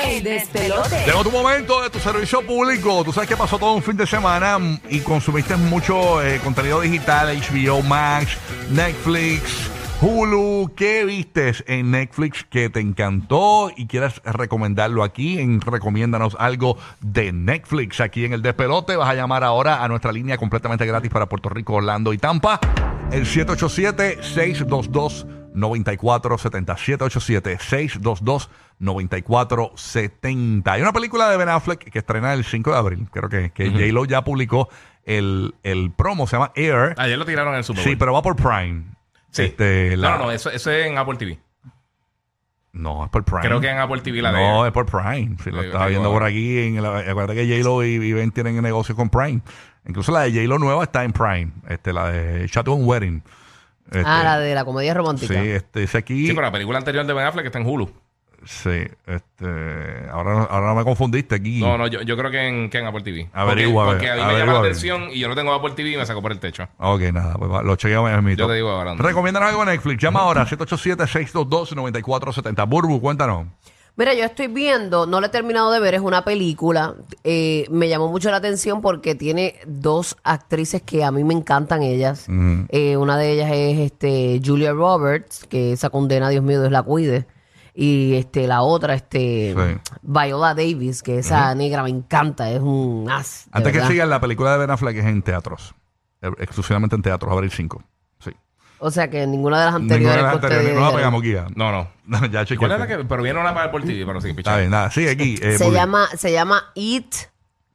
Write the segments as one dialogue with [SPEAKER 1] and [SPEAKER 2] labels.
[SPEAKER 1] El despelote.
[SPEAKER 2] Llegó tu momento de tu servicio público. Tú sabes que pasó todo un fin de semana y consumiste mucho eh, contenido digital, HBO Max, Netflix, Hulu. ¿Qué vistes en Netflix que te encantó y quieras recomendarlo aquí? En Recomiéndanos algo de Netflix aquí en El Despelote. Vas a llamar ahora a nuestra línea completamente gratis para Puerto Rico, Orlando y Tampa. El 787-622. 9470-787-622-9470. Hay una película de Ben Affleck que estrena el 5 de abril. Creo que, que J-Lo ya publicó el, el promo, se llama Air.
[SPEAKER 3] Ayer lo tiraron en el Super Bowl.
[SPEAKER 2] Sí, pero va por Prime.
[SPEAKER 3] Ah, Sí.
[SPEAKER 2] Este, la-
[SPEAKER 3] No, no, no, eso, eso es en Apple TV.
[SPEAKER 2] No, es por Prime.
[SPEAKER 3] Creo que en Apple TV la de.
[SPEAKER 2] Ah. No, eh, es por Prime. Si lo
[SPEAKER 3] Ahí-
[SPEAKER 2] estaba
[SPEAKER 3] ahí
[SPEAKER 2] viendo
[SPEAKER 3] va.
[SPEAKER 2] por aquí. En la, acuérdate que J-Lo y, y Ben tienen negocio con Prime. Incluso la de J-Lo nueva está en Prime. Este, la de Chat on Wedding. Este,
[SPEAKER 4] Ah, la de la comedia romántica.
[SPEAKER 2] Sí, este, dice aquí.
[SPEAKER 3] Sí, pero la película anterior de Ben Affleck está en Hulu.
[SPEAKER 2] Sí, este, ahora, no- ahora no me confundiste aquí.
[SPEAKER 3] No, no, yo, yo creo que en, que en Apple TV.
[SPEAKER 2] Averigua,
[SPEAKER 3] porque, porque a mí me
[SPEAKER 2] averigua,
[SPEAKER 3] llama la
[SPEAKER 2] a ver.
[SPEAKER 3] atención y yo no tengo Apple TV y me sacó por el techo.
[SPEAKER 2] Ok, nada, pues va, lo chequeo en mito.
[SPEAKER 3] Yo te digo ahora. ¿no?
[SPEAKER 2] Recomiéndanos algo en Netflix. Llama ahora 787-622-9470. Burbu, cuéntanos.
[SPEAKER 4] Mira, yo estoy viendo, no la he terminado de ver, es una película. eh, me llamó mucho la atención porque tiene dos actrices que a mí me encantan ellas. Eh, una de ellas es este Julia Roberts, que esa condena, Dios mío, Dios la cuide. Y este la otra, este
[SPEAKER 2] Sí.
[SPEAKER 4] Viola Davis, que esa negra me encanta, es un as. de
[SPEAKER 2] Antes que
[SPEAKER 4] verdad.
[SPEAKER 2] sigan, la película de Ben Affleck es en teatros. Eh, Exclusivamente en teatros, abril 5. Sí.
[SPEAKER 4] O sea que ninguna de las
[SPEAKER 2] Ninguna
[SPEAKER 4] anteriores.
[SPEAKER 2] de las
[SPEAKER 4] que ustedes
[SPEAKER 2] anteriores. No la
[SPEAKER 4] dijeron.
[SPEAKER 2] pegamos guía.
[SPEAKER 3] No, no.
[SPEAKER 2] No, ya chequeé.
[SPEAKER 3] ¿Cuál era que.? Pero viene una para Apple TV, pero sí,
[SPEAKER 2] Está
[SPEAKER 3] pichada.
[SPEAKER 2] bien, nada. Sigue aquí. eh,
[SPEAKER 4] se
[SPEAKER 2] Burbu.
[SPEAKER 4] llama, se llama Eat,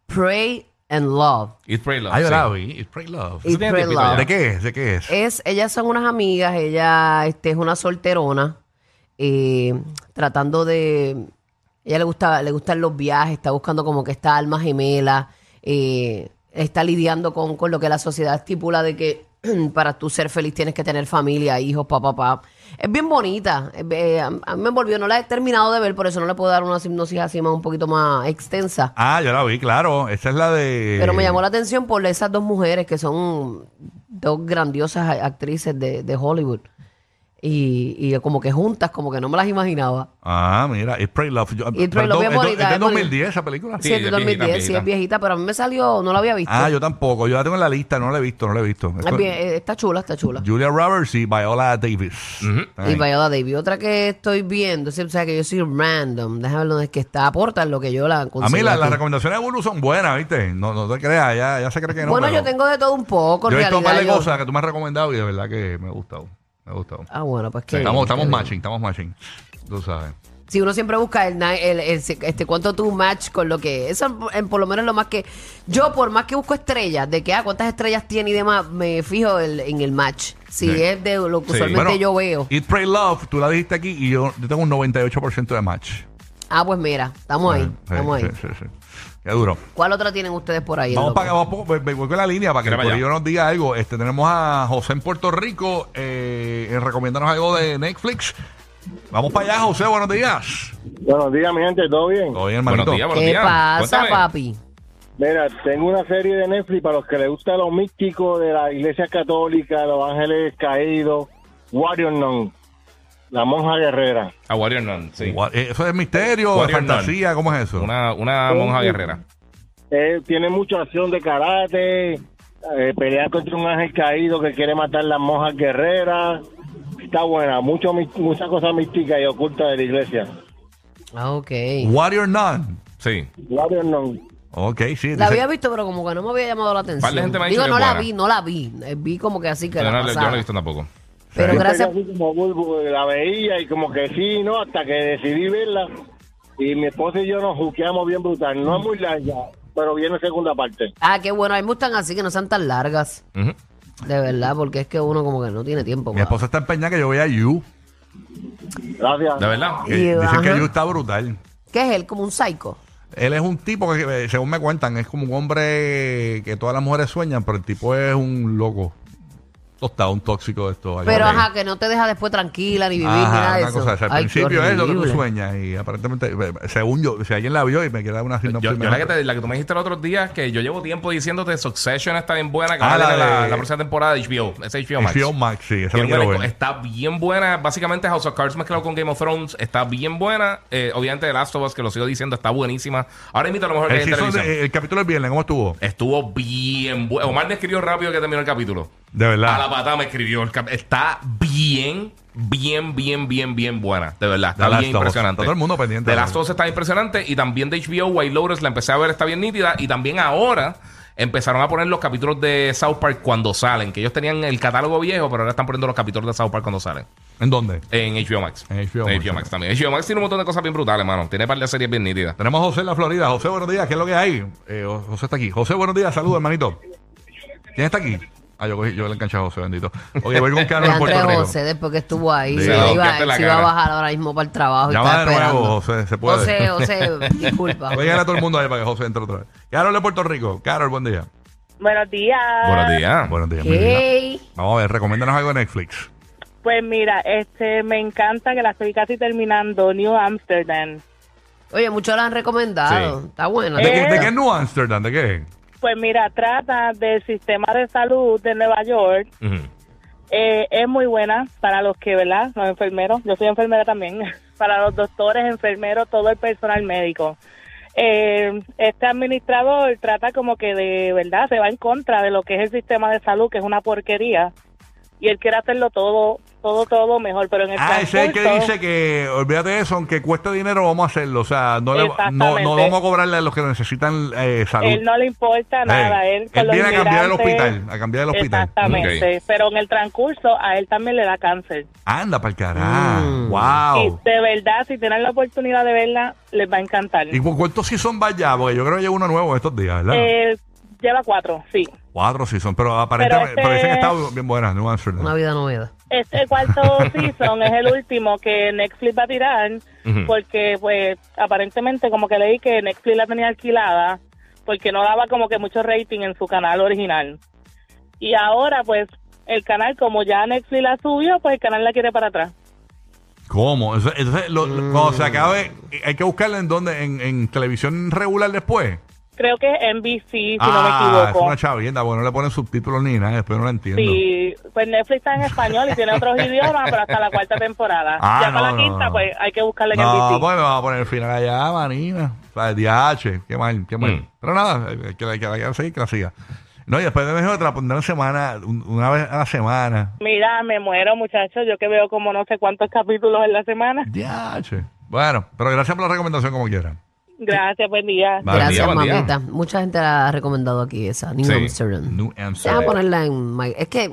[SPEAKER 4] Pray and Love.
[SPEAKER 3] It's Pray Love.
[SPEAKER 2] Ah, yo
[SPEAKER 3] sí.
[SPEAKER 2] la vi. It's Pretty Love.
[SPEAKER 4] Eat,
[SPEAKER 3] tiene
[SPEAKER 4] Pray,
[SPEAKER 3] tipito
[SPEAKER 4] Love.
[SPEAKER 3] ya.
[SPEAKER 2] ¿De qué es? ¿De qué es?
[SPEAKER 4] Es, ellas son unas amigas, ella este, es una solterona, eh, tratando de, ella le gusta, le gustan los viajes, está buscando como que esta alma gemela, eh, está lidiando con, con lo que la sociedad estipula de que para tú ser feliz tienes que tener familia, hijos, papá, papá. Es bien bonita, es be- a a mí me envolvió, no la he terminado de ver, por eso no le puedo dar una hipnosis así más un poquito más extensa.
[SPEAKER 2] Ah, yo la vi, claro. Esa es la de.
[SPEAKER 4] Pero me llamó la atención por esas dos mujeres que son dos grandiosas a- actrices de, de Hollywood. Y, y como que juntas, como que no me las imaginaba.
[SPEAKER 2] Ah, mira. It's Pretty Love. Yo-
[SPEAKER 4] It's Pretty Love,
[SPEAKER 2] perdón,
[SPEAKER 4] bien
[SPEAKER 2] es do-
[SPEAKER 4] bonita, eh,
[SPEAKER 2] Es de
[SPEAKER 4] es bonita.
[SPEAKER 2] 2010 esa película.
[SPEAKER 4] Sí,
[SPEAKER 3] Sí,
[SPEAKER 4] es de
[SPEAKER 3] es viejita,
[SPEAKER 4] 2010, sí,
[SPEAKER 3] viejita.
[SPEAKER 4] es viejita, pero a mí me salió, no la había visto.
[SPEAKER 2] Ah, yo tampoco. Yo la tengo en la lista. No la he visto, no la he visto.
[SPEAKER 4] Es
[SPEAKER 2] Esto-
[SPEAKER 4] bien, eh, está chula, está chula.
[SPEAKER 2] Julia Roberts y Viola Davis. Ahí.
[SPEAKER 4] Y Viola Davis. Otra que estoy viendo, sí, o sea, que yo soy random. Déjame ver dónde es que está. Aportan lo que yo la
[SPEAKER 2] A mí
[SPEAKER 4] consigo
[SPEAKER 2] la- las
[SPEAKER 4] aquí.
[SPEAKER 2] recomendaciones de Bulu son buenas, ¿viste? No, no te creas, ya, ya se cree que no.
[SPEAKER 4] Bueno,
[SPEAKER 2] pero
[SPEAKER 4] yo tengo de todo un poco. en
[SPEAKER 2] Yo he visto un
[SPEAKER 4] realidad,
[SPEAKER 2] par de
[SPEAKER 4] yo-
[SPEAKER 2] cosas que tú me has recomendado y de verdad que me ha gustado. Me ha gustado.
[SPEAKER 4] Ah, bueno, pues que.
[SPEAKER 2] estamos estamos matching, estamos matching. Tú sabes.
[SPEAKER 4] Si uno siempre busca el, ni- el- el- este cuánto tú match con lo que eso en, por lo menos lo más que yo por más que busco estrellas de que ah cuántas estrellas tiene y demás me fijo el- en el match si
[SPEAKER 2] Sí.
[SPEAKER 4] es de lo que
[SPEAKER 3] Sí.
[SPEAKER 4] usualmente
[SPEAKER 2] Bueno,
[SPEAKER 4] yo veo
[SPEAKER 2] Eat, Pray, Love, tú la dijiste aquí y yo, yo tengo un 98% de match.
[SPEAKER 4] ah pues mira estamos ahí
[SPEAKER 2] Sí,
[SPEAKER 4] estamos
[SPEAKER 2] sí,
[SPEAKER 4] ahí
[SPEAKER 2] sí, sí. Qué duro.
[SPEAKER 4] ¿cuál otra tienen ustedes por ahí
[SPEAKER 2] Vamos
[SPEAKER 4] loco?
[SPEAKER 2] para acá, vamos, po- ve- ve- voy con la línea para que
[SPEAKER 3] Mira para
[SPEAKER 2] el
[SPEAKER 3] allá.
[SPEAKER 2] yo nos diga algo. Este, tenemos a José en Puerto Rico, eh, en recomiéndanos algo de Netflix. Vamos para allá, José, buenos días.
[SPEAKER 5] Buenos días, mi gente, ¿todo bien?
[SPEAKER 2] Todo bien,
[SPEAKER 3] Buenos
[SPEAKER 2] hermanito.
[SPEAKER 3] días, buenos
[SPEAKER 4] ¿qué
[SPEAKER 3] días.
[SPEAKER 4] pasa
[SPEAKER 3] Cuéntame.
[SPEAKER 4] papi?
[SPEAKER 5] Mira, tengo una serie de Netflix para los que les gusta lo místico de la iglesia católica, los ángeles caídos, Warrior Nun, la monja guerrera.
[SPEAKER 3] A Warrior Nun, sí.
[SPEAKER 2] Gua- eh, ¿Eso es misterio, es
[SPEAKER 3] Warrior
[SPEAKER 2] fantasía? ¿Cómo es eso?
[SPEAKER 3] Una, una monja guerrera.
[SPEAKER 5] Eh, tiene mucha acción de karate, eh, pelea contra un ángel caído que quiere matar las monjas guerreras. Está buena, mucho, mis- muchas cosas místicas y ocultas de la iglesia.
[SPEAKER 4] Ah, ok
[SPEAKER 2] Warrior Nun.
[SPEAKER 3] Sí.
[SPEAKER 5] Warrior Nun.
[SPEAKER 2] Ok, sí.
[SPEAKER 4] la
[SPEAKER 2] dice-
[SPEAKER 4] había visto pero como que no me había llamado la atención
[SPEAKER 3] gente me ha
[SPEAKER 4] digo
[SPEAKER 3] dicho que
[SPEAKER 4] no
[SPEAKER 3] es
[SPEAKER 4] la
[SPEAKER 3] buena.
[SPEAKER 4] vi no la vi Eh, vi como que así que
[SPEAKER 3] Yo
[SPEAKER 4] la
[SPEAKER 3] no, la- yo no la
[SPEAKER 4] pasaba.
[SPEAKER 3] he visto tampoco.
[SPEAKER 4] pero
[SPEAKER 2] Sí.
[SPEAKER 4] gracias
[SPEAKER 5] Así como bulbo, la veía y como que sí, no, hasta que decidí verla. Y mi esposa y yo nos juqueamos bien brutal. No es muy larga, pero viene segunda parte.
[SPEAKER 4] ah qué bueno a mí me gustan así que no sean tan largas
[SPEAKER 3] Ujú.
[SPEAKER 4] De verdad, porque es que uno como que no tiene tiempo.
[SPEAKER 2] Mi
[SPEAKER 4] pa-
[SPEAKER 2] esposa está empeñada que yo vea You.
[SPEAKER 5] Gracias.
[SPEAKER 3] ¿De verdad?
[SPEAKER 2] que
[SPEAKER 4] You,
[SPEAKER 2] dicen que
[SPEAKER 4] ajá.
[SPEAKER 2] You está brutal.
[SPEAKER 4] ¿Qué es él? Como un psycho.
[SPEAKER 2] Él es un tipo que, eh, según me cuentan, es como un hombre que todas las mujeres sueñan, pero el tipo es un loco. Tostado, un tóxico de esto.
[SPEAKER 4] Pero ajá, que no te deja después tranquila ni vivir ni nada de
[SPEAKER 2] una
[SPEAKER 4] eso.
[SPEAKER 2] cosa. o sea, al
[SPEAKER 4] Ay, qué
[SPEAKER 2] principio es lo que tú
[SPEAKER 4] horrible.
[SPEAKER 2] sueñas y aparentemente, eh, según yo, si alguien la vio y me queda una
[SPEAKER 3] Yo,
[SPEAKER 2] sinopsis.
[SPEAKER 3] yo la,
[SPEAKER 2] mejor.
[SPEAKER 3] que te- la que tú me dijiste los otros días, que yo llevo tiempo diciéndote Succession está bien buena, que
[SPEAKER 2] Ah,
[SPEAKER 3] va a
[SPEAKER 2] la
[SPEAKER 3] tener la,
[SPEAKER 2] de-
[SPEAKER 3] la próxima temporada de HBO. Es HBO Max.
[SPEAKER 2] HBO Max, sí, esa la
[SPEAKER 3] Tiene un
[SPEAKER 2] quiero
[SPEAKER 3] elenco-
[SPEAKER 2] ver.
[SPEAKER 3] Está bien buena. Básicamente House of Cards mezclado con Game of Thrones. Está bien buena. Eh, obviamente The Last of Us, que lo sigo diciendo, está buenísima. Ahora invito a lo mejor que
[SPEAKER 2] El,
[SPEAKER 3] hay en
[SPEAKER 2] season de-
[SPEAKER 3] televisión.
[SPEAKER 2] el capítulo del viernes, ¿cómo
[SPEAKER 3] Eh,
[SPEAKER 2] estuvo?
[SPEAKER 3] Estuvo bien bueno. Omar describió rápido que terminó el capítulo.
[SPEAKER 2] De verdad.
[SPEAKER 3] A la patada me escribió. El cap- está bien, bien, bien, bien, bien buena. De verdad. Está
[SPEAKER 2] The Last
[SPEAKER 3] bien
[SPEAKER 2] of Us.
[SPEAKER 3] impresionante.
[SPEAKER 2] Todo el mundo pendiente.
[SPEAKER 3] De Last of Us está impresionante. Y también de HBO, White Lotus, la empecé a ver, está bien nítida. Y también ahora empezaron a poner los capítulos de South Park cuando salen. Que ellos tenían el catálogo viejo, pero ahora están poniendo los capítulos de South Park cuando salen.
[SPEAKER 2] ¿En dónde?
[SPEAKER 3] En HBO Max.
[SPEAKER 2] En HBO Max.
[SPEAKER 3] también. HBO Max tiene un montón de cosas bien brutales, mano. Tiene un par de series bien nítidas.
[SPEAKER 2] Tenemos a José en la Florida. José, buenos días. ¿Qué es lo que hay? Eh, Jo- José está aquí. José, buenos días. Saludos, hermanito. ¿Quién está aquí? Ah, yo, cogí- yo le enganché a José, bendito. Oye, voy con Carlos en
[SPEAKER 4] Leandro
[SPEAKER 2] Puerto Rico.
[SPEAKER 4] José, después que estuvo ahí,
[SPEAKER 3] Sí,
[SPEAKER 4] se,
[SPEAKER 3] no,
[SPEAKER 4] iba,
[SPEAKER 3] quédate la
[SPEAKER 4] se iba a
[SPEAKER 3] cara.
[SPEAKER 4] bajar ahora mismo para el trabajo. y
[SPEAKER 2] Llama
[SPEAKER 4] estaba
[SPEAKER 2] de nuevo,
[SPEAKER 4] esperando.
[SPEAKER 2] José, se
[SPEAKER 4] José,
[SPEAKER 2] puede.
[SPEAKER 4] José, disculpa.
[SPEAKER 2] Voy a llegar a todo el mundo ahí para que José entre otra vez. Carol de Puerto Rico. Carol, buen día.
[SPEAKER 6] Buenos días.
[SPEAKER 4] Ah.
[SPEAKER 3] Buenos días.
[SPEAKER 2] Buenos días. mi vida.
[SPEAKER 4] Ey,
[SPEAKER 2] Vamos a ver, recomiéndanos algo de Netflix.
[SPEAKER 6] Pues mira, este, me encanta que la estoy casi terminando, New Amsterdam.
[SPEAKER 4] Oye, muchos la han recomendado.
[SPEAKER 3] Sí.
[SPEAKER 4] Está buena.
[SPEAKER 2] ¿De, qué,
[SPEAKER 6] Eh.
[SPEAKER 2] ¿De qué es New Amsterdam? ¿De qué?
[SPEAKER 6] Pues mira, trata del sistema de salud de Nueva York.
[SPEAKER 3] Ujú.
[SPEAKER 6] Eh, es muy buena para los que, ¿verdad? Los enfermeros, yo soy enfermera también, para los doctores, enfermeros, todo el personal médico. Eh, este administrador trata como que de, ¿verdad? Se va en contra de lo que es el sistema de salud, que es una porquería. Y él quiere hacerlo todo, todo, todo mejor, pero en el
[SPEAKER 2] Ah, ese es el que
[SPEAKER 6] transcurso-
[SPEAKER 2] dice que, olvídate de eso, aunque cueste dinero, vamos a hacerlo. O sea, no, le, no,
[SPEAKER 6] Exactamente.
[SPEAKER 2] no vamos a cobrarle a los que necesitan eh, salud.
[SPEAKER 6] Él no le importa nada.
[SPEAKER 2] Eh,
[SPEAKER 6] Él, con los
[SPEAKER 2] viene a cambiar el
[SPEAKER 6] inmigrantes-
[SPEAKER 2] hospital. A cambiar el hospital.
[SPEAKER 6] Exactamente. Pero en el transcurso a él también le da cáncer.
[SPEAKER 2] Anda para el carajo. ¡Wow!
[SPEAKER 6] Y de verdad, si tienen la oportunidad de verla, les va a encantar.
[SPEAKER 2] ¿Y por cuántos season va ya? Porque yo creo que llega uno nuevo en estos días, ¿verdad?
[SPEAKER 6] Eh, lleva cuatro, sí.
[SPEAKER 2] Cuatro season, pero aparentemente
[SPEAKER 6] pero este-
[SPEAKER 2] parece que está bien buena, New Amsterdam.
[SPEAKER 4] Una vida novedad.
[SPEAKER 6] Este cuarto season es el último que Netflix va a tirar
[SPEAKER 3] Ujú.
[SPEAKER 6] porque, pues, aparentemente como que leí que Netflix la tenía alquilada porque no daba como que mucho rating en su canal original. Y ahora, pues, el canal, como ya Netflix la subió, pues el canal la quiere para atrás.
[SPEAKER 2] ¿Cómo? Eso- Entonces, lo- lo- cuando se acabe, hay que buscarla en donde, en, en televisión regular después.
[SPEAKER 6] Creo que es NBC, si no me
[SPEAKER 2] ah, es
[SPEAKER 6] equivoco.
[SPEAKER 2] una chavienda, porque no le ponen subtítulos ni nada, después no la entiendo.
[SPEAKER 6] Sí, pues Netflix está en español y tiene otros idiomas, pero hasta la cuarta temporada.
[SPEAKER 2] Ah,
[SPEAKER 6] ya para
[SPEAKER 2] no,
[SPEAKER 6] la
[SPEAKER 2] no,
[SPEAKER 6] quinta,
[SPEAKER 2] no.
[SPEAKER 6] pues hay que buscarle en
[SPEAKER 2] No,
[SPEAKER 6] NBC.
[SPEAKER 2] pues me va a poner el final allá, Marina. O sea, DH, qué mal, qué mal.
[SPEAKER 3] Mm.
[SPEAKER 2] Pero nada, eh, que la que la que la siga, que la siga. No, y después de mejor te la pondrán semana, un- una vez a la semana.
[SPEAKER 6] Mira, me muero, muchachos. Yo que veo como no sé cuántos capítulos en la semana.
[SPEAKER 2] DH. Bueno, pero gracias por la recomendación como quieran.
[SPEAKER 6] Gracias, buen día.
[SPEAKER 3] Buen
[SPEAKER 4] Gracias,
[SPEAKER 3] día, buen día.
[SPEAKER 4] mamita. Mucha gente la ha recomendado aquí esa, New
[SPEAKER 3] Sí.
[SPEAKER 4] Amsterdam.
[SPEAKER 2] New
[SPEAKER 4] Deja
[SPEAKER 2] Amsterdam.
[SPEAKER 4] ponerla en... my- Es que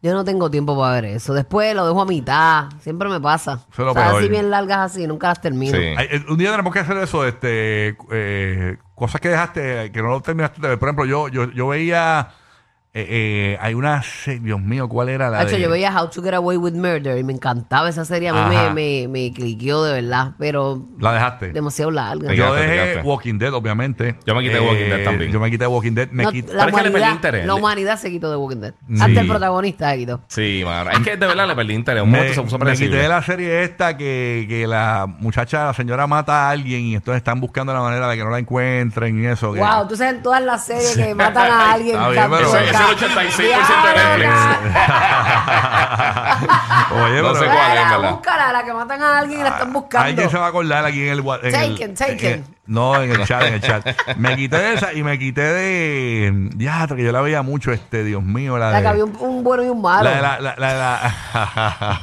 [SPEAKER 4] yo no tengo tiempo para ver eso. Después lo dejo a mitad. Siempre me pasa.
[SPEAKER 2] Eso es lo
[SPEAKER 4] O sea,
[SPEAKER 2] peor.
[SPEAKER 4] así bien largas así, nunca las termino.
[SPEAKER 3] Sí.
[SPEAKER 2] Ay, eh, Un día tenemos que hacer eso, este, eh, cosas que dejaste, que no lo terminaste de ver. Por ejemplo, yo, yo, yo veía, eh, eh, hay una, se- Dios mío, ¿cuál era la
[SPEAKER 4] Hacho,
[SPEAKER 2] de-
[SPEAKER 4] yo veía How to Get Away with Murder y me encantaba esa serie. A mí me,
[SPEAKER 2] Ajá.
[SPEAKER 4] me, me cliqueó de verdad, pero
[SPEAKER 2] La dejaste.
[SPEAKER 4] demasiado larga.
[SPEAKER 3] Te
[SPEAKER 2] Yo
[SPEAKER 3] quedaste, te
[SPEAKER 2] dejé
[SPEAKER 3] quedaste.
[SPEAKER 2] Walking Dead, obviamente. Eh,
[SPEAKER 3] Yo me quité Walking Dead también.
[SPEAKER 2] Yo me quité Walking Dead. Me
[SPEAKER 4] No,
[SPEAKER 2] quit-
[SPEAKER 4] la,
[SPEAKER 3] pero es que le perdí
[SPEAKER 4] humanidad,
[SPEAKER 3] interés.
[SPEAKER 4] la humanidad se quitó de Walking Dead.
[SPEAKER 2] Sí.
[SPEAKER 4] Hasta el protagonista se quitó.
[SPEAKER 3] Sí, mano. Es que de verdad le perdí interés. Un
[SPEAKER 2] me,
[SPEAKER 3] momento se puso
[SPEAKER 2] me quité
[SPEAKER 3] predecible.
[SPEAKER 2] de la serie esta que, que la muchacha, la señora mata a alguien y entonces están buscando la manera de que no la encuentren y eso. que-
[SPEAKER 4] Wow, tú sabes en todas las series que matan a alguien.
[SPEAKER 2] Está bien,
[SPEAKER 4] tan
[SPEAKER 2] pero-
[SPEAKER 4] cerca.
[SPEAKER 2] Ese-
[SPEAKER 3] ese es el 86% de
[SPEAKER 4] Diabla.
[SPEAKER 2] Oye,
[SPEAKER 3] No sé
[SPEAKER 2] pero-
[SPEAKER 3] cuál. es,
[SPEAKER 4] Búscala,
[SPEAKER 3] ¿verdad? Ah,
[SPEAKER 4] búscala, la que matan a alguien y la están buscando.
[SPEAKER 2] Alguien se va a acordar aquí en el. wa- en el-
[SPEAKER 4] Taken, taken.
[SPEAKER 2] en el- no, en el chat, en el chat. Me quité de esa y me quité de. Ya, que yo la veía mucho, este, Dios mío. La,
[SPEAKER 4] La
[SPEAKER 2] de,
[SPEAKER 4] que había un, un bueno y un malo.
[SPEAKER 2] La de la. la- la-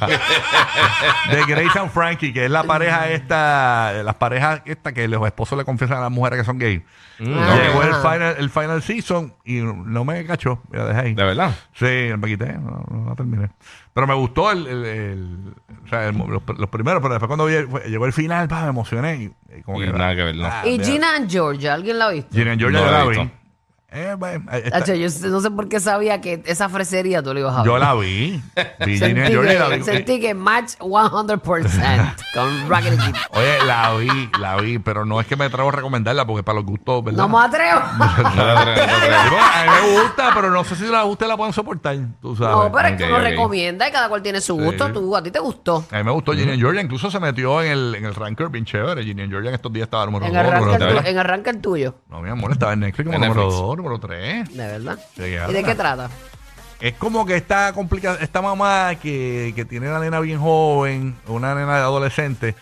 [SPEAKER 2] la- de Grace and Frankie, que es la pareja esta. Las parejas esta que los esposos le confiesan a las mujeres que son gay.
[SPEAKER 3] Mm.
[SPEAKER 4] Ah.
[SPEAKER 2] Llegó el final, el final season y no me cachó. La dejé ahí.
[SPEAKER 3] De verdad.
[SPEAKER 2] Sí, me quité, no, no la terminé. Pero me gustó el, el- el- o sea, el- los, los primeros, pero después cuando vi el- fue- llegó el final, pa, me emocioné. Y, y como
[SPEAKER 3] Y
[SPEAKER 2] que, Ah.
[SPEAKER 3] nada que ver, ¿no?
[SPEAKER 4] Ah, y
[SPEAKER 2] mira.
[SPEAKER 4] Gina and Georgia, ¿alguien la ha visto?
[SPEAKER 2] Gina and Georgia
[SPEAKER 3] No
[SPEAKER 2] yo
[SPEAKER 3] la
[SPEAKER 2] la
[SPEAKER 3] he
[SPEAKER 2] vi.
[SPEAKER 3] visto.
[SPEAKER 2] Eh, bueno, eh, está-
[SPEAKER 4] Hacho, yo no sé por qué sabía que esa fresería tú le ibas a ver.
[SPEAKER 2] yo la vi. Virginia
[SPEAKER 4] sentí,
[SPEAKER 2] Jolie
[SPEAKER 4] que,
[SPEAKER 2] la vi.
[SPEAKER 4] sentí que match 100% con Rocket Kid.
[SPEAKER 2] Oye, la vi, la vi, pero no es que me atrevo a recomendarla porque para los gustos, ¿verdad?
[SPEAKER 4] No me atrevo.
[SPEAKER 3] No te atreves, no te atreves.
[SPEAKER 2] Digo, pues, a mí me gusta, pero no sé si la gusta la pueden soportar, tú sabes.
[SPEAKER 4] No, pero es que
[SPEAKER 3] ok,
[SPEAKER 4] uno
[SPEAKER 3] ok.
[SPEAKER 4] recomienda y cada cual tiene su gusto.
[SPEAKER 2] Sí.
[SPEAKER 4] Tú, a ti te gustó.
[SPEAKER 2] A mí me gustó Ginny and Georgia, incluso se metió en el, en el ranker bien chévere. Ginny and Georgia en estos días estaba número
[SPEAKER 4] En
[SPEAKER 2] 2, número
[SPEAKER 4] arranca, el, tu-
[SPEAKER 2] 3.
[SPEAKER 4] en arranca el tuyo,
[SPEAKER 2] No, mi amor, estaba en Netflix como
[SPEAKER 3] En
[SPEAKER 2] número
[SPEAKER 3] Netflix.
[SPEAKER 2] 2, número 3.
[SPEAKER 4] de verdad.
[SPEAKER 2] Sí,
[SPEAKER 4] ¿Y de
[SPEAKER 2] anda.
[SPEAKER 4] qué trata?
[SPEAKER 2] Es como que esta, complica esta mamá que, que tiene una nena bien joven, una nena de adolescente,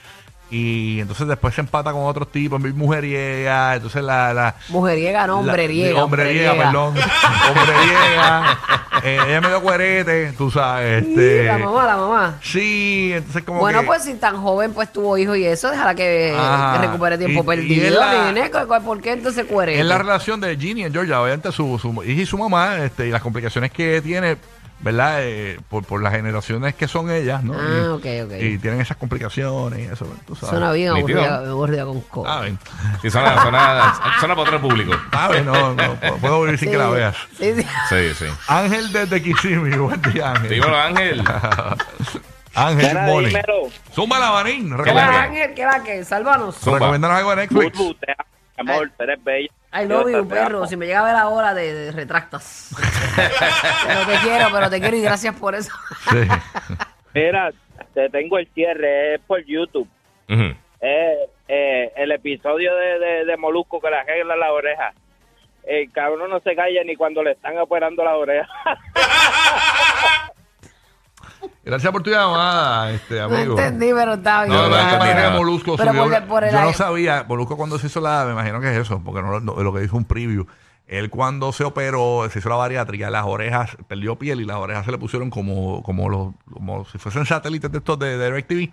[SPEAKER 2] y entonces después se empata con otros tipos, bien mujeriega, entonces la... la
[SPEAKER 4] Mujeriega, no,
[SPEAKER 2] la-
[SPEAKER 4] hombreriega.
[SPEAKER 2] hombreriega, perdón. hombreriega. Eh, ella es medio cuerete, tú sabes.
[SPEAKER 4] Sí,
[SPEAKER 2] Este,
[SPEAKER 4] La mamá, la mamá.
[SPEAKER 2] Sí, entonces como
[SPEAKER 4] Bueno,
[SPEAKER 2] que-
[SPEAKER 4] pues si tan joven pues tuvo hijo y eso, déjala que,
[SPEAKER 2] Ah,
[SPEAKER 4] que recupere tiempo
[SPEAKER 2] y- y es
[SPEAKER 4] perdido.
[SPEAKER 2] la-
[SPEAKER 4] nene. ¿cu- cu- ¿Por qué entonces cuerete?
[SPEAKER 2] Es la relación de Ginny y Georgia, obviamente su, su hija y su mamá, este, y las complicaciones que tiene, ¿verdad? Eh, por, por las generaciones que son ellas, ¿no?
[SPEAKER 4] Ah,
[SPEAKER 2] Y-
[SPEAKER 4] ok, ok.
[SPEAKER 2] Y tienen esas complicaciones y eso, pues, tú sabes.
[SPEAKER 4] Suena bien
[SPEAKER 3] Nítido.
[SPEAKER 4] aburrida, aburrida con co.
[SPEAKER 2] Saben,
[SPEAKER 3] Sí, suena, suena, suena para otro público.
[SPEAKER 2] saben, no, no, puedo- puedo vivir sin que la veas.
[SPEAKER 4] Sí, sí.
[SPEAKER 3] Sí, sí.
[SPEAKER 2] Ángel desde Kissimmee, buen día, Ángel.
[SPEAKER 3] Dímelo, Ángel.
[SPEAKER 2] Ángel,
[SPEAKER 5] Mira,
[SPEAKER 2] Boni.
[SPEAKER 5] dímelo.
[SPEAKER 2] Zumba la
[SPEAKER 4] ¿Qué
[SPEAKER 2] Marín,
[SPEAKER 3] Claro.
[SPEAKER 4] va,
[SPEAKER 2] recomiéndanos
[SPEAKER 4] Ángel? ¿Qué va, qué? Sálvanos.
[SPEAKER 3] Zumba.
[SPEAKER 2] recomiéndanos algo de Netflix.
[SPEAKER 5] Bulbu, te amo, amor, tú eres bella.
[SPEAKER 4] I love you,
[SPEAKER 5] Yo te amo.
[SPEAKER 4] perro. Si me llega a ver ahora, de, de- retractas. pero te quiero, pero te quiero y gracias por eso.
[SPEAKER 2] Sí.
[SPEAKER 5] Mira, te tengo el cierre, es por YouTube.
[SPEAKER 3] Ujú.
[SPEAKER 5] Eh, eh, el episodio de, de, de Molusco que le arregla la oreja. El cabrón no se calla ni cuando le están operando la oreja.
[SPEAKER 2] Gracias por tu llamada, este
[SPEAKER 4] No
[SPEAKER 2] amigo.
[SPEAKER 4] entendí, pero está bien.
[SPEAKER 2] No, no,
[SPEAKER 3] no
[SPEAKER 2] no,
[SPEAKER 3] entendí
[SPEAKER 2] no,
[SPEAKER 3] nada.
[SPEAKER 2] Molusco
[SPEAKER 4] Pero
[SPEAKER 2] subió
[SPEAKER 4] por
[SPEAKER 2] una-
[SPEAKER 4] el- por el
[SPEAKER 2] yo no
[SPEAKER 4] aire.
[SPEAKER 2] sabía, Molusco cuando se hizo la, me imagino que es eso, porque no no- lo que hizo un preview. Él cuando se operó, se hizo la bariátrica, las orejas, perdió piel y las orejas se le pusieron como, como los, como si fuesen satélites de estos de, de DirecTV.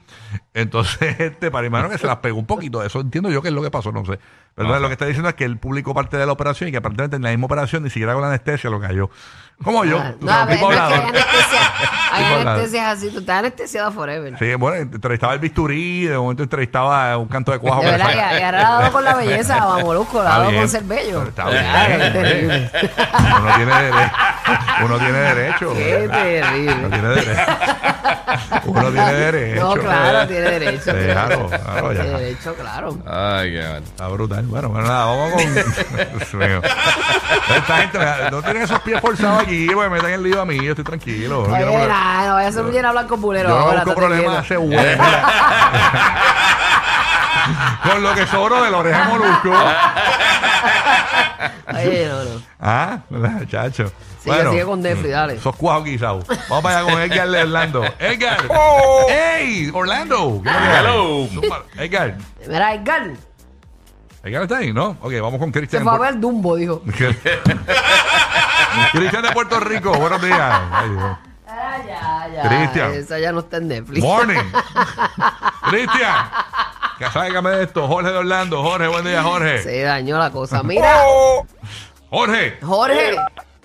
[SPEAKER 2] Entonces, este, para imagino que se las pegó un poquito. Eso entiendo yo que es lo que pasó, no sé. Pero lo que está diciendo es que él publicó parte de la operación y que aparentemente en la misma operación, ni siquiera con la anestesia, lo cayó. Como yo,
[SPEAKER 4] Ah,
[SPEAKER 2] tú
[SPEAKER 4] No, a
[SPEAKER 2] sabes,
[SPEAKER 4] ver,
[SPEAKER 2] tipo
[SPEAKER 4] no es que hay
[SPEAKER 2] hablador.
[SPEAKER 4] anestesia. Hay
[SPEAKER 2] Tipo hablador.
[SPEAKER 4] anestesias así. Tú estás anestesiado forever.
[SPEAKER 2] Sí, bueno, entrevistaba el bisturí, de momento entrevistaba un canto de cuajo.
[SPEAKER 4] De
[SPEAKER 2] que
[SPEAKER 4] verdad,
[SPEAKER 2] le
[SPEAKER 4] y,
[SPEAKER 2] sale.
[SPEAKER 4] y ahora la ha dado con la belleza, a Molusco, la ha
[SPEAKER 2] Ah, Está
[SPEAKER 4] dado
[SPEAKER 2] bien.
[SPEAKER 4] con ser bello.
[SPEAKER 2] Está
[SPEAKER 4] Claro,
[SPEAKER 2] bien.
[SPEAKER 4] qué terrible.
[SPEAKER 2] Uno tiene derecho. Uno tiene derecho.
[SPEAKER 4] Qué
[SPEAKER 2] Uno
[SPEAKER 4] terrible.
[SPEAKER 2] tiene derecho. Uno tiene derecho.
[SPEAKER 4] No, claro, tiene derecho.
[SPEAKER 2] Sí, claro, claro, ya.
[SPEAKER 4] Tiene derecho, claro.
[SPEAKER 3] Ay, qué mal.
[SPEAKER 2] Está brutal. Bueno, bueno, nada, vamos con. Dios mío. Esta gente me- no tienen esos pies forzados aquí, pues me meten el lío a mí, yo estoy tranquilo. No quiero
[SPEAKER 4] Oye,
[SPEAKER 2] problema.
[SPEAKER 4] nada, no vaya a ser un lleno hablar con Bulero
[SPEAKER 2] yo no
[SPEAKER 4] ahora.
[SPEAKER 2] busco
[SPEAKER 4] estate
[SPEAKER 2] problemas
[SPEAKER 4] quieto.
[SPEAKER 2] hace huevo. Con lo que sobro de la oreja de molusco.
[SPEAKER 4] Oye, no, no.
[SPEAKER 2] Ah, chacho.
[SPEAKER 4] Sigue, sigue con
[SPEAKER 2] Mm.
[SPEAKER 4] Defi, dale.
[SPEAKER 2] Sos cuajo guisado. Vamos para allá con Edgar de Orlando. Edgar.
[SPEAKER 4] Oh.
[SPEAKER 2] ¡Ey! Orlando. ¿Qué es lo que hay?
[SPEAKER 3] Hello.
[SPEAKER 2] Zumba. Edgar.
[SPEAKER 4] Mira, Edgar,
[SPEAKER 2] Edgar está ahí, ¿no? Ok, vamos con
[SPEAKER 4] se
[SPEAKER 2] Cristian.
[SPEAKER 4] fue a ver Dumbo, dijo.
[SPEAKER 2] Cristian de Puerto Rico. Buenos días. Ay, Dios.
[SPEAKER 4] Ah, ya, ya.
[SPEAKER 2] Cristian.
[SPEAKER 4] Esa ya no está en Netflix.
[SPEAKER 2] Morning. Cristian. Que sáigame de esto. Jorge de Orlando. Jorge, buen día, Jorge. Oh.
[SPEAKER 4] Se dañó la cosa. Mira,
[SPEAKER 2] Jorge,
[SPEAKER 4] Jorge,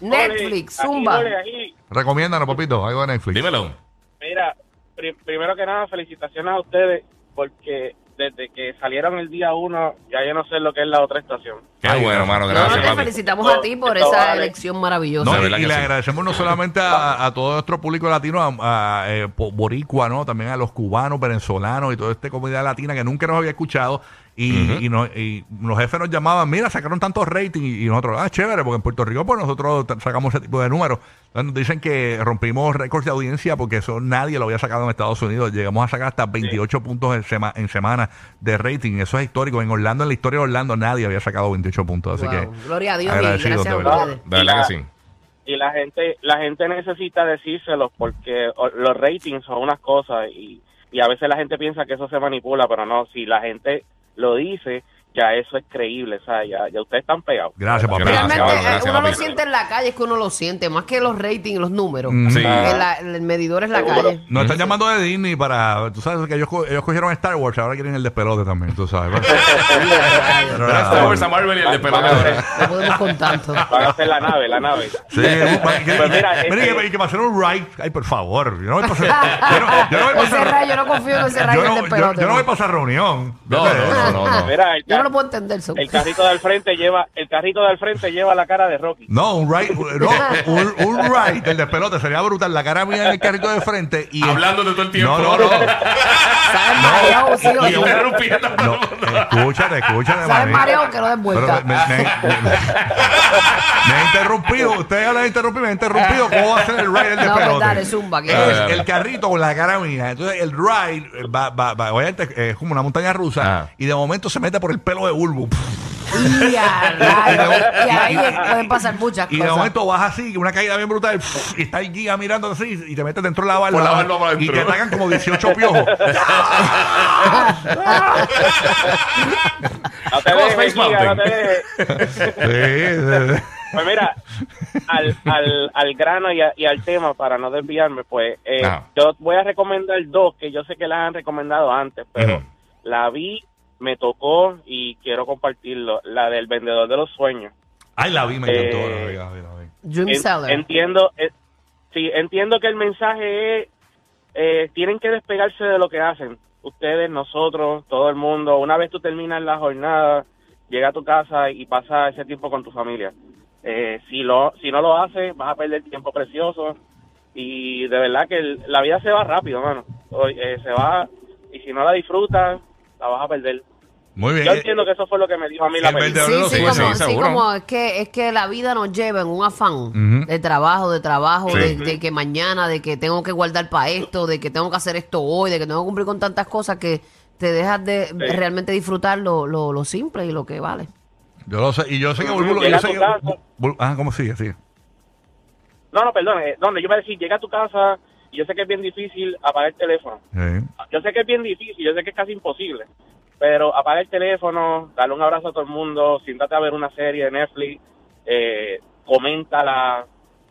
[SPEAKER 4] Netflix,
[SPEAKER 5] Aquí,
[SPEAKER 4] Zumba.
[SPEAKER 5] ole, ahí.
[SPEAKER 2] recomiéndanos, papito, algo de Netflix.
[SPEAKER 3] Dímelo.
[SPEAKER 5] Mira, pri- primero que nada, felicitaciones a ustedes porque desde que salieron el día uno, ya yo no sé lo que es la otra estación.
[SPEAKER 3] Qué
[SPEAKER 2] Ay,
[SPEAKER 3] bueno,
[SPEAKER 2] gracias.
[SPEAKER 3] hermano.
[SPEAKER 4] No, no,
[SPEAKER 3] Gracias,
[SPEAKER 4] te
[SPEAKER 3] papi.
[SPEAKER 4] felicitamos a ti por
[SPEAKER 5] Esto
[SPEAKER 4] esa
[SPEAKER 5] vale.
[SPEAKER 4] elección maravillosa.
[SPEAKER 3] De
[SPEAKER 2] No, y,
[SPEAKER 3] verdad
[SPEAKER 2] y
[SPEAKER 3] que
[SPEAKER 2] le
[SPEAKER 3] sí.
[SPEAKER 2] agradecemos no solamente a, a todo nuestro público latino, a, a, eh, po- boricua, ¿no? También a los cubanos, venezolanos y toda esta comunidad latina que nunca nos había escuchado. Y, y nos- y los jefes nos llamaban, mira, sacaron tantos ratings y, y nosotros, ah, chévere, porque en Puerto Rico pues nosotros t- sacamos ese tipo de números. Entonces nos dicen que rompimos récords de audiencia porque eso nadie lo había sacado en Estados Unidos. Llegamos a sacar hasta 28 puntos en, sema- en semana de rating. Eso es histórico. En Orlando, en la historia de Orlando, nadie había sacado 28 puntos. Así
[SPEAKER 4] Wow.
[SPEAKER 2] que
[SPEAKER 4] Gloria a Dios y
[SPEAKER 2] agradecidos,
[SPEAKER 4] gracias a
[SPEAKER 2] de verdad.
[SPEAKER 4] ustedes.
[SPEAKER 3] De verdad que sí.
[SPEAKER 5] y la gente la gente necesita decírselos porque o- los ratings son unas cosas y, y a veces la gente piensa que eso se manipula, pero no, si la gente lo dice, ya eso es creíble, o sea, ya, ya ustedes están pegados.
[SPEAKER 2] Gracias, papá.
[SPEAKER 3] Gracias,
[SPEAKER 4] Realmente,
[SPEAKER 3] Pablo,
[SPEAKER 4] eh,
[SPEAKER 3] gracias,
[SPEAKER 4] uno lo
[SPEAKER 3] papi.
[SPEAKER 4] siente en la calle, es que uno lo siente, más que los ratings, los números.
[SPEAKER 2] Mm.
[SPEAKER 3] Sí.
[SPEAKER 4] El, la- el medidor es la
[SPEAKER 5] Seguro.
[SPEAKER 4] calle.
[SPEAKER 2] Nos están llamando de Disney para. Tú sabes que ellos, co- ellos cogieron Star Wars, ahora quieren el despelote también, tú sabes. Pero
[SPEAKER 3] Pero
[SPEAKER 2] nada,
[SPEAKER 3] Star Wars a Marvel y el de
[SPEAKER 5] Van-
[SPEAKER 3] pelota
[SPEAKER 5] van a
[SPEAKER 3] ahora.
[SPEAKER 5] hacer-
[SPEAKER 4] No podemos con tanto.
[SPEAKER 5] van a hacer la nave, la nave.
[SPEAKER 2] Sí, para- que-
[SPEAKER 5] Pues mira,
[SPEAKER 2] mira,
[SPEAKER 5] este-
[SPEAKER 2] y que- y que pasaron un ride. Ay, por favor. Yo no voy a pasar. Yo no, yo no voy a
[SPEAKER 4] Ese
[SPEAKER 2] pasar.
[SPEAKER 4] rayo, yo no confío en ese rayo
[SPEAKER 2] Yo no,
[SPEAKER 4] del
[SPEAKER 2] yo-
[SPEAKER 4] pelote.
[SPEAKER 2] yo no
[SPEAKER 4] ¿no?
[SPEAKER 2] voy a pasar reunión.
[SPEAKER 3] No, no, no, no. no.
[SPEAKER 5] Mira, el
[SPEAKER 4] Ah, Yo no lo puedo entender. so.
[SPEAKER 5] El carrito de al frente lleva, el carrito de al frente lleva la cara de Rocky.
[SPEAKER 2] No, un right, no, un, un right, el despelote, sería brutal. La cara mía en el carrito de frente y.
[SPEAKER 3] Hablándote todo el tiempo.
[SPEAKER 2] No, no, no.
[SPEAKER 4] ¿Sabes, Mario? Sí,
[SPEAKER 3] Y
[SPEAKER 4] oye.
[SPEAKER 3] interrumpiendo a todo el
[SPEAKER 2] No,
[SPEAKER 3] mundo.
[SPEAKER 2] escúchate, escúchate,
[SPEAKER 4] ¿Sabes,
[SPEAKER 2] María.
[SPEAKER 4] Mario? Que no des
[SPEAKER 2] Pero
[SPEAKER 4] vuelta.
[SPEAKER 2] me, me- me- me ha interrumpido, ustedes ya lo han interrumpido, me ha interrumpido. ¿Cómo va a ser el ride del
[SPEAKER 4] No,
[SPEAKER 2] despelote?
[SPEAKER 4] pues dale, zumba,
[SPEAKER 3] Ah,
[SPEAKER 4] que-
[SPEAKER 2] Es el carrito con la cara mía. Entonces el ride eh, va, va, va, obviamente eh, es como una montaña rusa
[SPEAKER 3] Ah.
[SPEAKER 2] y de momento se mete por el pelo de Bulbo.
[SPEAKER 4] Y, a rayos. Y ahí pueden pasar muchas
[SPEAKER 2] Y de
[SPEAKER 4] cosas.
[SPEAKER 2] momento vas así, una caída bien brutal, pf, y está el guía mirando así, y te metes dentro de la barba.
[SPEAKER 3] Por la barba para
[SPEAKER 2] y
[SPEAKER 3] adentro.
[SPEAKER 2] te atacan como 18 piojos.
[SPEAKER 5] No te
[SPEAKER 3] Como
[SPEAKER 5] dejes,
[SPEAKER 3] Space
[SPEAKER 5] Giga, no
[SPEAKER 3] Mountain.
[SPEAKER 5] te dejes.
[SPEAKER 2] Sí, sí, sí.
[SPEAKER 5] Pues mira, al, al, al grano y, a- y al tema, para no desviarme, pues eh,
[SPEAKER 3] Ajá.
[SPEAKER 5] yo voy a recomendar dos que yo sé que las han recomendado antes, pero
[SPEAKER 3] Ujú.
[SPEAKER 5] la vi, me tocó y quiero compartirlo. La del vendedor de los sueños.
[SPEAKER 2] Ay, la vi, me encantó.
[SPEAKER 5] Eh,
[SPEAKER 2] la vi, la vi, la vi.
[SPEAKER 4] Dream
[SPEAKER 5] En-
[SPEAKER 4] Seller.
[SPEAKER 5] entiendo, eh, sí, entiendo que el mensaje es, eh, tienen que despegarse de lo que hacen. Ustedes, nosotros, todo el mundo. Una vez tú terminas la jornada, llega a tu casa y pasa ese tiempo con tu familia. Eh, si, lo, si no lo haces, vas a perder tiempo precioso. Y de verdad que el- la vida se va rápido, mano. O- eh, se va, y si no la disfrutas, la vas a perder.
[SPEAKER 2] Muy bien. Eh,
[SPEAKER 5] Yo entiendo que eso fue lo que me dijo a mí la
[SPEAKER 2] el
[SPEAKER 5] película.
[SPEAKER 2] vendedor-
[SPEAKER 4] Sí, sí,
[SPEAKER 3] Sí,
[SPEAKER 4] como,
[SPEAKER 3] sí,
[SPEAKER 4] sí,
[SPEAKER 3] seguro.
[SPEAKER 4] como es que, es que la vida nos lleva en un afán
[SPEAKER 2] Ujú.
[SPEAKER 4] de trabajo, de trabajo,
[SPEAKER 3] Sí.
[SPEAKER 4] de, de que mañana, de que tengo que guardar para esto, de que tengo que hacer esto hoy, de que tengo que cumplir con tantas cosas que te dejas de realmente disfrutar lo, lo, lo simple y lo que vale.
[SPEAKER 2] Yo lo sé, y yo sé que Bulbo...
[SPEAKER 5] Llega
[SPEAKER 2] Yo
[SPEAKER 5] a
[SPEAKER 2] sé
[SPEAKER 5] tu
[SPEAKER 2] que,
[SPEAKER 5] casa.
[SPEAKER 2] Bul- ah, ¿cómo sigue? Sigue.
[SPEAKER 5] No, no, perdón. eh, no, no, yo me decía, llega a tu casa y yo sé que es bien difícil apagar el teléfono.
[SPEAKER 2] Sí.
[SPEAKER 5] Yo sé que es bien difícil, yo sé que es casi imposible, pero apaga el teléfono, dale un abrazo a todo el mundo, siéntate a ver una serie de Netflix, eh, coméntala,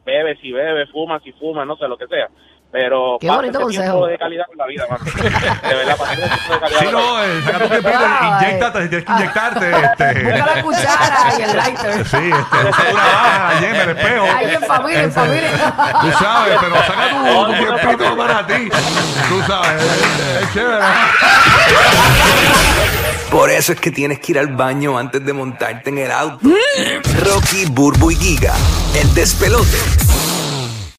[SPEAKER 5] bebe si bebe, fuma si fuma, no sé, lo que sea. Pero
[SPEAKER 4] Qué
[SPEAKER 5] pasa
[SPEAKER 4] bonito
[SPEAKER 5] ese
[SPEAKER 4] consejo.
[SPEAKER 5] tiempo de calidad con la vida, mano. De verdad, pasa ese tiempo de calidad
[SPEAKER 2] Sí,
[SPEAKER 5] con la vida.
[SPEAKER 2] no, eh, saca tu tiempito,
[SPEAKER 4] Ah,
[SPEAKER 2] inyectate, si tienes que
[SPEAKER 4] ah.
[SPEAKER 2] inyectarte.
[SPEAKER 4] Busca la
[SPEAKER 2] Este,
[SPEAKER 4] cuchara y el lighter.
[SPEAKER 2] sí, este, saca una baja allí en el espejo.
[SPEAKER 4] Ahí en familia, en familia.
[SPEAKER 2] Tú sabes, pero saca tu, tu tiempito para ti. Tú sabes, es- es chévere.
[SPEAKER 7] Por eso es que tienes que ir al baño antes de montarte en el auto. Rocky, Burbu y Giga, el despelote.